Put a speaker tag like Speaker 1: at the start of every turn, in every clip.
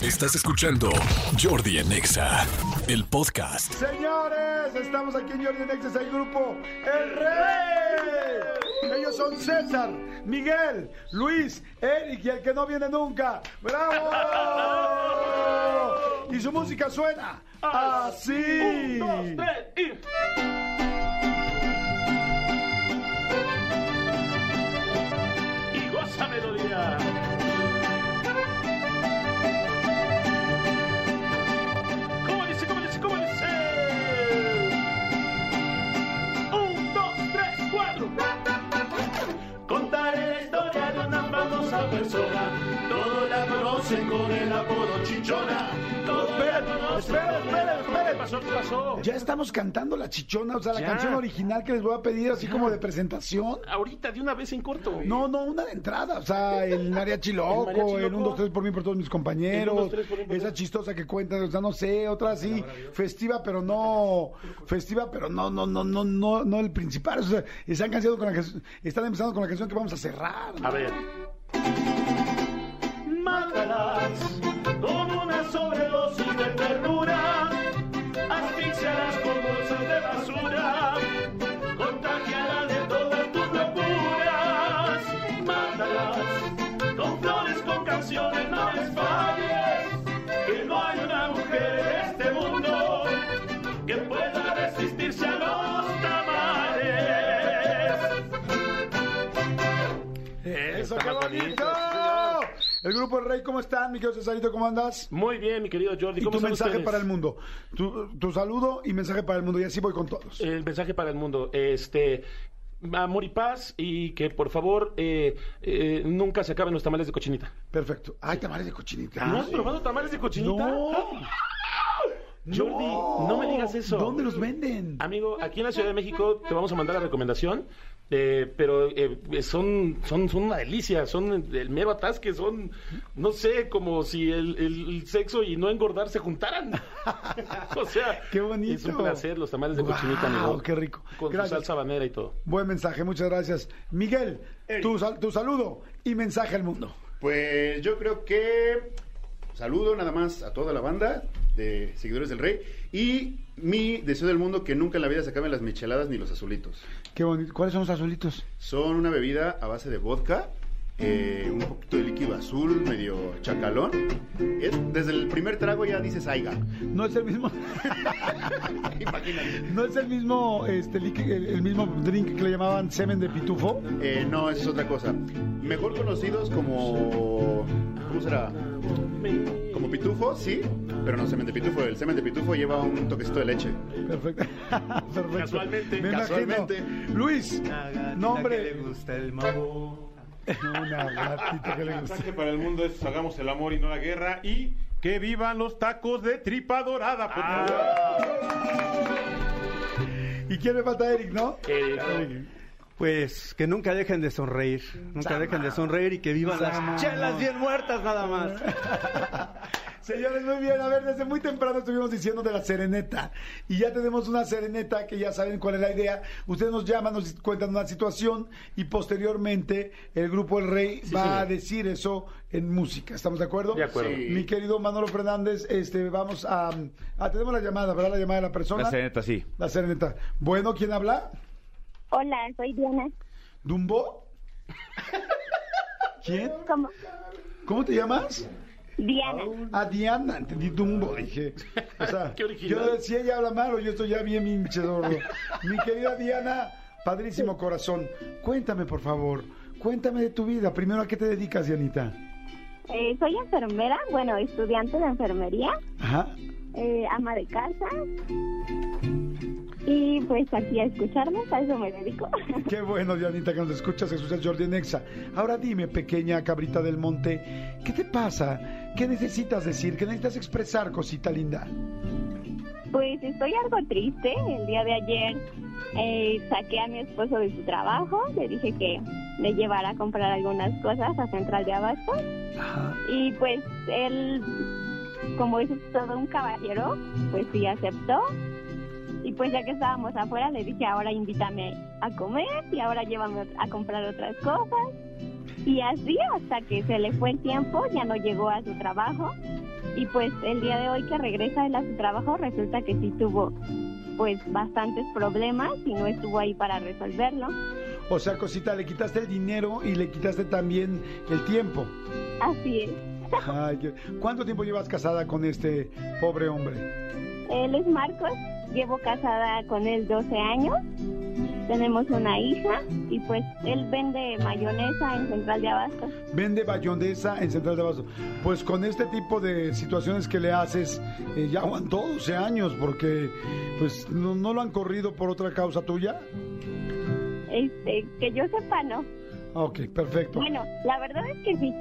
Speaker 1: Estás escuchando Jordi en Exa, el podcast.
Speaker 2: Señores, estamos aquí en Jordi en Exa, el grupo El Rey. Ellos son César, Miguel, Luis, Eric y el que no viene nunca. ¡Bravo! Y su música suena así.
Speaker 3: Un, dos, tres, y... Y goza melodía. ¿Cómo dice, cómo dice, cómo dice? Un, dos, tres, cuatro. Contaré la historia de una famosa persona. Todos la conocen con el apodo Chichona. Todos
Speaker 2: Espera,
Speaker 3: la conocen
Speaker 2: espera,
Speaker 3: con el
Speaker 2: espera,
Speaker 3: apodo-
Speaker 2: espera.
Speaker 3: ¿Qué pasó, qué pasó?
Speaker 2: Ya estamos cantando la chichona, o sea, la
Speaker 3: Ya.
Speaker 2: canción original que les voy a pedir, así como de presentación.
Speaker 3: Ahorita, de una vez en corto.
Speaker 2: No, no, una de entrada, o sea, el mariachi loco, el,
Speaker 3: mariachi loco.
Speaker 2: 1, 2, 3 por mí, por todos mis compañeros,
Speaker 3: El 1, 2, 3 por mí, por
Speaker 2: esa
Speaker 3: todos.
Speaker 2: chistosa que cuentan, o sea, no sé, otra así, festiva, pero no, festiva, pero no, no, no, no, no, no el principal, o sea, están, cansando con la, que- están empezando con la canción que vamos a cerrar.
Speaker 3: A ver. Mátalas con una sobredosis de ternura. Asfixialas con bolsas de basura. Contagialas de todas tus locuras. Mátalas con flores, con canciones, no les falles. Que no hay una mujer en este mundo que pueda resistirse a los tamales.
Speaker 2: ¡Eso,
Speaker 3: Está
Speaker 2: qué
Speaker 3: más
Speaker 2: bonito!
Speaker 3: bonito,
Speaker 2: El grupo El Rey, ¿cómo están? Mi querido Cesarito, ¿cómo andas?
Speaker 3: Muy bien, mi querido Jordi.
Speaker 2: Y
Speaker 3: ¿Cómo
Speaker 2: tu
Speaker 3: están
Speaker 2: mensaje
Speaker 3: ustedes?
Speaker 2: para el mundo, tu, tu saludo y mensaje para el mundo, y así voy con todos.
Speaker 3: El mensaje para el mundo. Este. Amor y paz, y que por favor eh, eh, nunca se acaben los tamales de cochinita.
Speaker 2: Perfecto. Ay, tamales de cochinita.
Speaker 3: ¿No has probado tamales de cochinita?
Speaker 2: Ah, No.
Speaker 3: Jordi, no me digas eso.
Speaker 2: ¿Dónde los venden?
Speaker 3: Amigo, aquí en la Ciudad de México te vamos a mandar la recomendación, eh, pero eh, son, son, son una delicia, son el mero atasque, son, no sé, como si el, el- el sexo y no engordar se juntaran. o sea,
Speaker 2: Qué bonito.
Speaker 3: es un placer los tamales de
Speaker 2: Guau,
Speaker 3: cochinita, amigo.
Speaker 2: qué rico.
Speaker 3: Con su
Speaker 2: Gracias.
Speaker 3: salsa banera y todo.
Speaker 2: Buen mensaje, muchas gracias. Miguel, tu, sal- tu saludo y mensaje al mundo.
Speaker 4: Pues yo creo que saludo nada más a toda la banda de Seguidores del Rey y mi deseo del mundo que nunca en la vida se acaben las micheladas ni los azulitos.
Speaker 2: Qué bonito. ¿Cuáles son los azulitos?
Speaker 4: Son una bebida a base de vodka, eh, un poquito de líquido azul, medio chacalón. Es- desde el primer trago ya dices aiga.
Speaker 2: No es el mismo,
Speaker 4: Imagínate.
Speaker 2: no es el mismo, este, liqui- el, el mismo drink que le llamaban semen de pitufo.
Speaker 4: Eh, no, eso es otra cosa. Mejor conocidos como... ¿Cómo será? Como pitufo, sí, pero no semen de pitufo. El semen de pitufo lleva un toquecito de leche.
Speaker 2: Perfecto. Perfecto.
Speaker 3: Casualmente,
Speaker 2: Me
Speaker 4: casualmente.
Speaker 2: imagino. Luis,
Speaker 5: Una gatita que
Speaker 2: nombre.
Speaker 5: le gusta el mago.
Speaker 2: Una gatita que le gusta.
Speaker 6: mensaje para el mundo es hagamos el amor y no la guerra y que vivan los tacos de tripa dorada. por favor.
Speaker 2: Ah. ¿Y quién le falta Eric, no?
Speaker 3: Eh,
Speaker 5: Pues que nunca dejen de sonreír, nunca dejen de sonreír y que vivan las chelas bien muertas nada más.
Speaker 2: Señores, muy bien. A ver, desde muy temprano estuvimos diciendo de la sereneta. Y ya tenemos una sereneta que ya saben cuál es la idea. Ustedes nos llaman, nos cuentan una situación y posteriormente el grupo El Rey va a decir eso en música. ¿Estamos de acuerdo?
Speaker 3: De acuerdo.
Speaker 4: Sí.
Speaker 2: Mi querido Manolo Fernández, este, vamos a, ah, Tenemos la llamada, ¿verdad? La llamada de la persona.
Speaker 7: La sereneta, sí.
Speaker 2: La sereneta. Bueno, ¿quién habla?
Speaker 8: Hola, soy Diana.
Speaker 2: ¿Dumbo? ¿Quién?
Speaker 8: ¿Cómo?
Speaker 2: ¿Cómo te llamas?
Speaker 8: Diana.
Speaker 2: A Diana, entendí Dumbo, dije. O sea,
Speaker 3: Qué original.
Speaker 2: yo si ella habla mal o yo estoy ya bien hinche dorro. Mi querida Diana, padrísimo corazón, cuéntame por favor, cuéntame de tu vida. Primero, ¿a qué te dedicas, Dianita?
Speaker 8: Eh, soy enfermera, bueno, estudiante de enfermería,
Speaker 2: Ajá.
Speaker 8: eh, ama de casa. Y pues aquí a escucharme, a eso me dedico.
Speaker 2: Qué bueno, Dianita, que nos escuchas, escuchas Jordi Nexa. Ahora dime, pequeña cabrita del monte, ¿qué te pasa? ¿Qué necesitas decir? ¿Qué necesitas expresar, cosita linda?
Speaker 8: Pues estoy algo triste. El día de ayer eh, saqué a mi esposo de su trabajo, le dije que me llevara a comprar algunas cosas a Central de Abasto.
Speaker 2: Ajá.
Speaker 8: Y pues él, como es todo un caballero, pues sí aceptó. Y pues ya que estábamos afuera, le dije, ahora invítame a comer y ahora llévame ot- a comprar otras cosas. Y así hasta que se le fue el tiempo, ya no llegó a su trabajo. Y pues el día de hoy que regresa él a su trabajo resulta que sí tuvo pues bastantes problemas y no estuvo ahí para resolverlo.
Speaker 2: O sea, cosita, le quitaste el dinero y le quitaste también el tiempo.
Speaker 8: Así es.
Speaker 2: Ay, qué- ¿Cuánto tiempo llevas casada con este pobre hombre?
Speaker 8: Él es Marcos, llevo casada con él 12 años, tenemos una hija y pues él vende mayonesa en Central de Abasto.
Speaker 2: Vende bayondesa en Central de Abasto. Pues con este tipo de situaciones que le haces, eh, ya aguantó 12 años porque pues no, no lo han corrido por otra causa tuya.
Speaker 8: Este, que yo sepa, no.
Speaker 2: Ah, Ok, perfecto.
Speaker 8: Bueno, la verdad es que sí,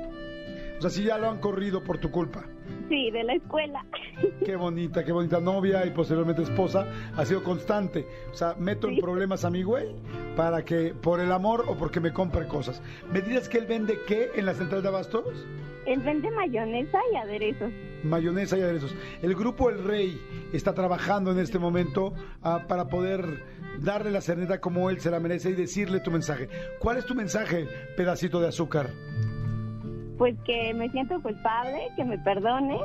Speaker 2: O sea, sí ya lo han corrido por tu culpa.
Speaker 8: sí, de la escuela.
Speaker 2: Qué bonita, qué bonita novia y posteriormente esposa. Ha sido constante. O sea, meto en
Speaker 8: Sí.
Speaker 2: problemas a mi güey para que, por el amor o porque me compre cosas. ¿Me dirías que él vende qué en la central de abastos?
Speaker 8: Él vende mayonesa y aderezos.
Speaker 2: Mayonesa y aderezos. El grupo El Rey está trabajando en este momento ah, para poder darle la serenidad como él se la merece y decirle tu mensaje. ¿Cuál es tu mensaje, pedacito de azúcar?
Speaker 8: Pues que me siento culpable, que me perdone,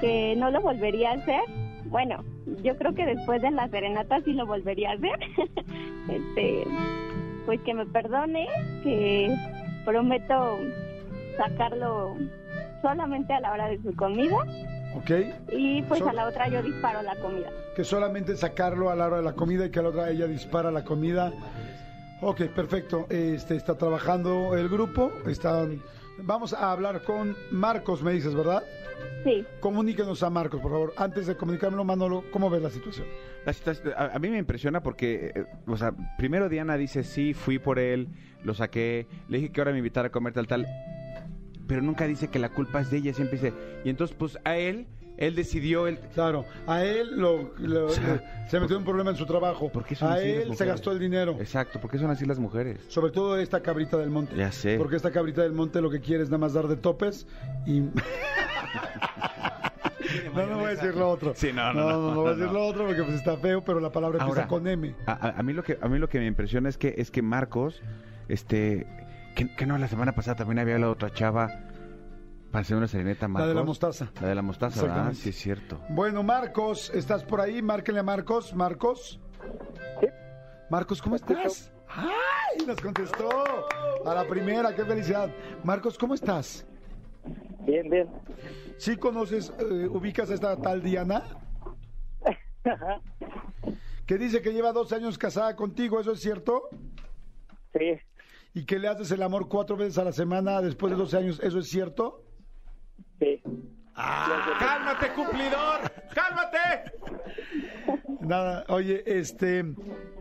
Speaker 8: que no lo volvería a hacer. Bueno, yo creo que después de la serenata sí lo volvería a hacer. este, pues que me perdone, que prometo sacarlo solamente a la hora de su comida
Speaker 2: ¿Ok?
Speaker 8: y pues
Speaker 2: Sol-
Speaker 8: a la otra yo disparo la comida.
Speaker 2: que solamente sacarlo a la hora de la comida y que a la hora ella dispara la comida. Ok, perfecto. Este está trabajando el grupo. Están. Vamos a hablar con Marcos, me dices, ¿verdad?
Speaker 8: Sí,
Speaker 2: Comuníquenos a Marcos, por favor. Antes de comunicármelo, Manolo, ¿cómo ves la situación?
Speaker 7: La situación- a, a mí me impresiona porque, eh, o sea, primero Diana dice, sí, fui por él, lo saqué, le dije que ahora me invitara a comer tal, tal, pero nunca dice que la culpa es de ella, siempre dice, y entonces pues a él, él decidió, él,
Speaker 2: Claro, a él lo, lo- se metió un problema en su trabajo.
Speaker 7: ¿Por qué son
Speaker 2: a
Speaker 7: así las
Speaker 2: él se
Speaker 7: mujeres?
Speaker 2: gastó el dinero.
Speaker 7: exacto, porque son así las mujeres.
Speaker 2: Sobre todo esta cabrita del monte.
Speaker 7: Ya sé.
Speaker 2: Porque esta cabrita del monte lo que quiere es nada más dar de topes y. no, no voy a decir lo otro.
Speaker 7: Sí, no, no,
Speaker 2: No,
Speaker 7: no,
Speaker 2: no, no voy a decir
Speaker 7: no.
Speaker 2: lo otro porque pues está feo, pero la palabra empieza
Speaker 7: Ahora,
Speaker 2: con M.
Speaker 7: A, a- a mí lo que, a mí lo que me impresiona es que, es que Marcos, este, que, que no, la semana pasada también había la otra chava para hacer una sereneta, Marcos.
Speaker 2: La de la mostaza.
Speaker 7: La de la mostaza, ¿verdad?
Speaker 2: Exactamente.
Speaker 7: Sí, es cierto.
Speaker 2: Bueno, Marcos, ¿estás por ahí? Márquenle a Marcos. Marcos. Marcos, ¿cómo estás? ¡Ay! Nos contestó. A la primera, qué felicidad. Marcos, ¿cómo estás?
Speaker 9: Bien, bien.
Speaker 2: ¿Sí conoces, eh, ubicas a esta tal Diana? Que dice que lleva dos años casada contigo, ¿eso es cierto?
Speaker 9: Sí,
Speaker 2: Y que le haces el amor cuatro veces a la semana después de 12 años, ¿eso es cierto?
Speaker 9: sí.
Speaker 6: ¡Cálmate, cumplidor! ¡Cálmate!
Speaker 2: Nada, oye, este,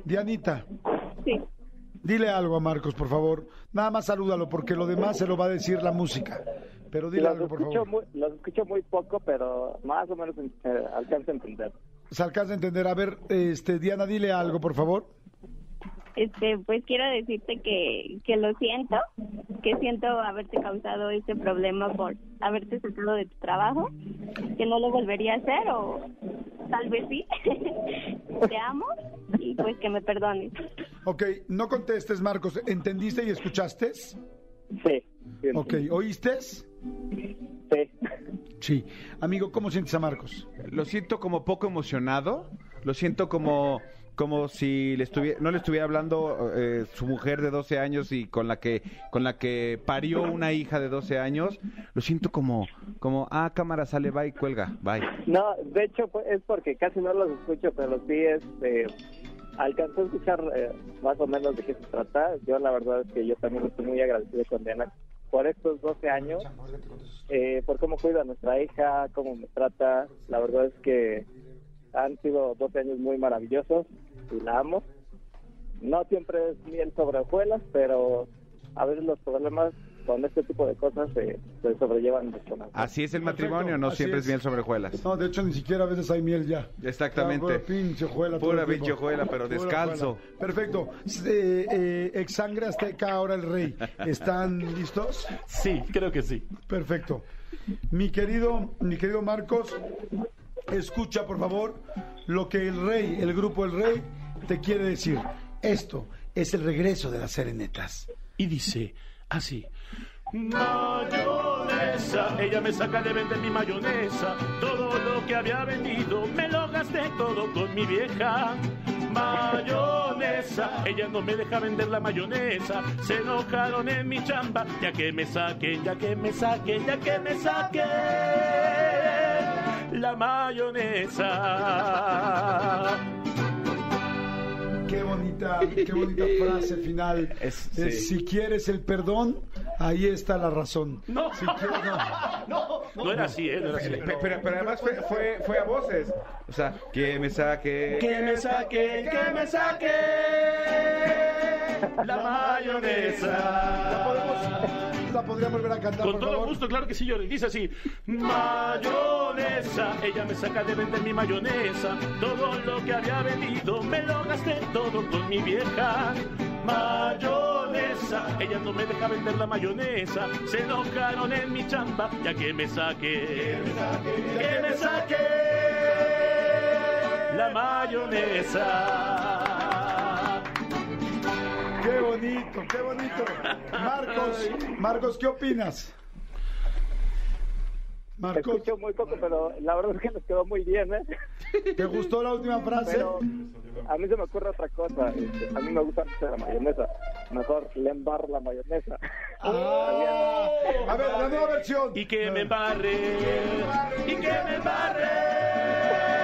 Speaker 2: Dianita,
Speaker 8: sí.
Speaker 2: dile algo a Marcos, por favor. Nada más salúdalo, porque lo demás se lo va a decir la música. Pero dile
Speaker 9: Los
Speaker 2: algo, por
Speaker 9: escucho,
Speaker 2: favor.
Speaker 9: muy, los escucho muy poco, pero más o menos eh, alcanzo a entender.
Speaker 2: Se alcanza a entender. A ver, este, Diana, dile algo, por favor.
Speaker 8: Este, pues quiero decirte que, que lo siento, que siento haberte causado este problema por haberte sacado de tu trabajo, que no lo volvería a hacer o tal vez sí. Te amo y pues que me perdones.
Speaker 2: Ok, no contestes, Marcos. ¿Entendiste y escuchaste?
Speaker 9: Sí. sí,
Speaker 2: Ok, ¿oíste?
Speaker 9: Sí.
Speaker 2: Sí. Amigo, ¿cómo sientes a Marcos?
Speaker 7: Lo siento como poco emocionado. Lo siento como como si le estuviera, no le estuviera hablando eh, su mujer de 12 años y con la que con la que parió una hija de 12 años. Lo siento como como ah cámara sale bye cuelga bye.
Speaker 9: No, de hecho pues, es porque casi no los escucho, pero sí este, alcanzo a escuchar eh, más o menos de qué se trata. Yo la verdad es que yo también estoy muy agradecido con Diana por estos 12 años, eh, por cómo cuida a nuestra hija, cómo me trata. La verdad es que han sido 12 años muy maravillosos y la amo. No siempre es miel sobre hojuelas, pero a veces los problemas con este tipo de cosas se, se sobrellevan mucho más.
Speaker 7: Así es el
Speaker 2: Perfecto,
Speaker 7: matrimonio, no
Speaker 2: así
Speaker 7: siempre
Speaker 2: es.
Speaker 7: es miel sobre hojuelas.
Speaker 2: No, de hecho, ni siquiera a veces hay miel ya.
Speaker 7: Exactamente.
Speaker 2: Ya, Pura pinche hojuela. todo
Speaker 7: Pura
Speaker 2: el tiempo.
Speaker 7: pinche hojuela, pero
Speaker 2: Pura
Speaker 7: descalzo.
Speaker 2: hojuela. Perfecto. Eh, eh, Exangre Azteca, ahora el rey. ¿Están listos?
Speaker 10: Sí, creo que sí.
Speaker 2: Perfecto. Mi querido, mi querido Marcos, escucha por favor lo que el rey, el grupo El Rey, te quiere decir. Esto es el regreso de las serenetas.
Speaker 10: Y dice así. Mayor
Speaker 3: pobreza. Ella me saca de vender mi mayonesa. Todo lo que había vendido me lo gasté todo con mi vieja mayonesa. Ella no me deja vender la mayonesa. Se enojaron en mi chamba. Ya que me saquen, ya que me saquen, ya que me saquen la mayonesa.
Speaker 2: Qué bonita, qué bonita frase final.
Speaker 7: Es-
Speaker 2: Eh,
Speaker 7: sí.
Speaker 2: Si quieres el perdón, ahí está la razón.
Speaker 3: No.
Speaker 2: Si quieres, no.
Speaker 3: No era así, ¿eh? No era así.
Speaker 7: Pe- Pero, pero además fue, fue, fue a voces. O sea, que me saque.
Speaker 3: Que me saquen, que me saquen la
Speaker 2: La
Speaker 3: mayonesa.
Speaker 2: podemos- la podría volver a cantar,
Speaker 3: Con
Speaker 2: por
Speaker 3: todo
Speaker 2: favor.
Speaker 3: gusto, claro que sí, yo le dice así. Mayonesa, ella me saca de vender mi mayonesa. Todo lo que había vendido me lo gasté todo con mi vieja. Mayonesa, ella no me deja vender la mayonesa. Se enojaron en mi chamba, ya que me saque, que me saque la mayonesa.
Speaker 2: Qué bonito, qué bonito. Marcos, Marcos, ¿qué opinas?
Speaker 9: Te
Speaker 2: Marcos,
Speaker 9: escucho muy poco, pero la verdad es que nos quedó muy bien, ¿eh?
Speaker 2: ¿te gustó la última frase?
Speaker 9: Pero a mí se me ocurre otra cosa. este, A mí me gusta mucho la mayonesa. Mejor le embarro la mayonesa.
Speaker 2: Ah, a ver, la nueva versión.
Speaker 3: Y que me
Speaker 2: A ver.
Speaker 3: embarre, y que me embarre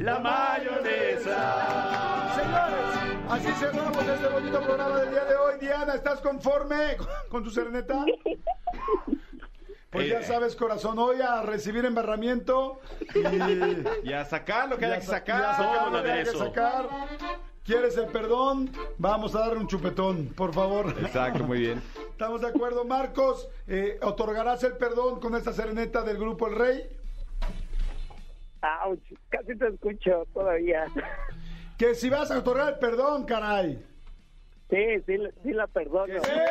Speaker 3: la mayonesa.
Speaker 2: Señores, así cerramos este bonito programa del día de hoy. Diana, ¿estás conforme con tu sereneta? Pues ya sabes, corazón, hoy a recibir embarramiento y
Speaker 7: Y a sacar lo que haya que
Speaker 2: sa-
Speaker 7: sacar.
Speaker 2: ya
Speaker 3: todo
Speaker 2: sacar lo
Speaker 3: lo
Speaker 2: que haya que
Speaker 3: aderezo.
Speaker 2: sacar. ¿Quieres el perdón? Vamos a darle un chupetón, por favor.
Speaker 7: Exacto, muy bien.
Speaker 2: Estamos de acuerdo, Marcos. Eh, ¿Otorgarás el perdón con esta sereneta del grupo El Rey?
Speaker 9: Ouch, casi te escucho todavía.
Speaker 2: Que si vas a otorgar el perdón, caray.
Speaker 9: Sí, sí, sí la perdono.
Speaker 2: ¡Eh!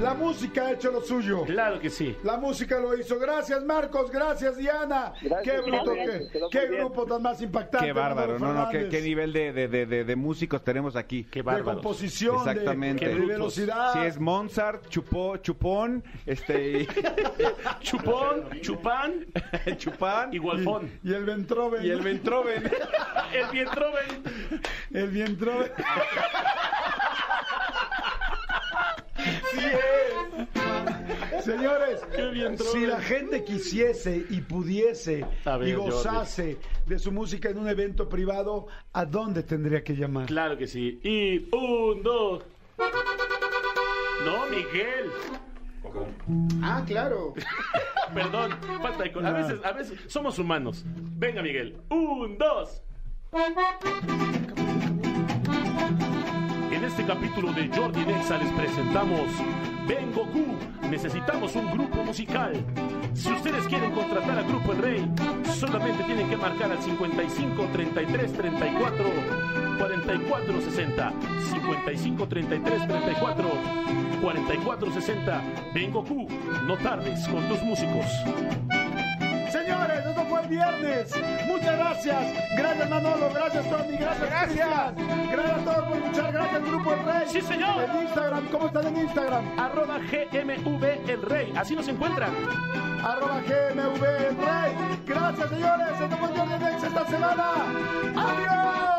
Speaker 2: La música ha hecho lo suyo.
Speaker 3: Claro que sí.
Speaker 2: La música lo hizo. Gracias, Marcos. Gracias, Diana.
Speaker 9: Gracias,
Speaker 2: qué bruto,
Speaker 9: gracias.
Speaker 2: qué,
Speaker 9: Quedó muy
Speaker 2: qué
Speaker 9: bien.
Speaker 2: grupo tan más impactante.
Speaker 7: Qué bárbaro, no,
Speaker 2: Manolo
Speaker 7: no, qué,
Speaker 2: Fernández.
Speaker 7: qué nivel de, de, de, de- de músicos tenemos aquí.
Speaker 3: Qué
Speaker 2: de
Speaker 3: bárbaro.
Speaker 2: composición, de-
Speaker 7: Exactamente.
Speaker 2: de,
Speaker 3: Qué brutos.
Speaker 2: velocidad.
Speaker 7: Si es Mozart, Chupó, Chupón, este,
Speaker 3: Chupón, chupán
Speaker 7: y Chupán
Speaker 3: y gualfón.
Speaker 2: Y el Ventroven.
Speaker 7: y el Ventroven.
Speaker 3: El vientroven.
Speaker 2: El Ventroven. Señores,
Speaker 3: Qué Ventroven.
Speaker 2: si la gente quisiese y pudiese
Speaker 3: A ver,
Speaker 2: y gozase de su música en un evento privado, ¿a dónde tendría que llamar?
Speaker 3: Claro que sí. Y un, dos. No, Miguel.
Speaker 4: Ah, claro.
Speaker 3: Perdón. Falta de co- A veces, a veces somos humanos. Venga, Miguel. Un, dos. En este capítulo de Jordi Nexa les presentamos Ben Goku. Necesitamos un grupo musical. Si ustedes quieren contratar al Grupo El Rey, solamente tienen que marcar al 55 33 34 44 60. 55 33 34 44 60. Ben Goku, no tardes con tus músicos.
Speaker 2: Señores, esto fue el viernes. Muchas gracias. Gracias Manolo, gracias Tony, gracias Gracias. Gracias a todos por escuchar. Gracias Grupo El Rey.
Speaker 3: Sí, señor.
Speaker 2: En Instagram, ¿cómo están en Instagram?
Speaker 3: arroba GMV El Rey. Así nos encuentran.
Speaker 2: Arroba GMV El Rey. Gracias, señores. Esto fue Jordi Nex esta semana. ¡Adiós!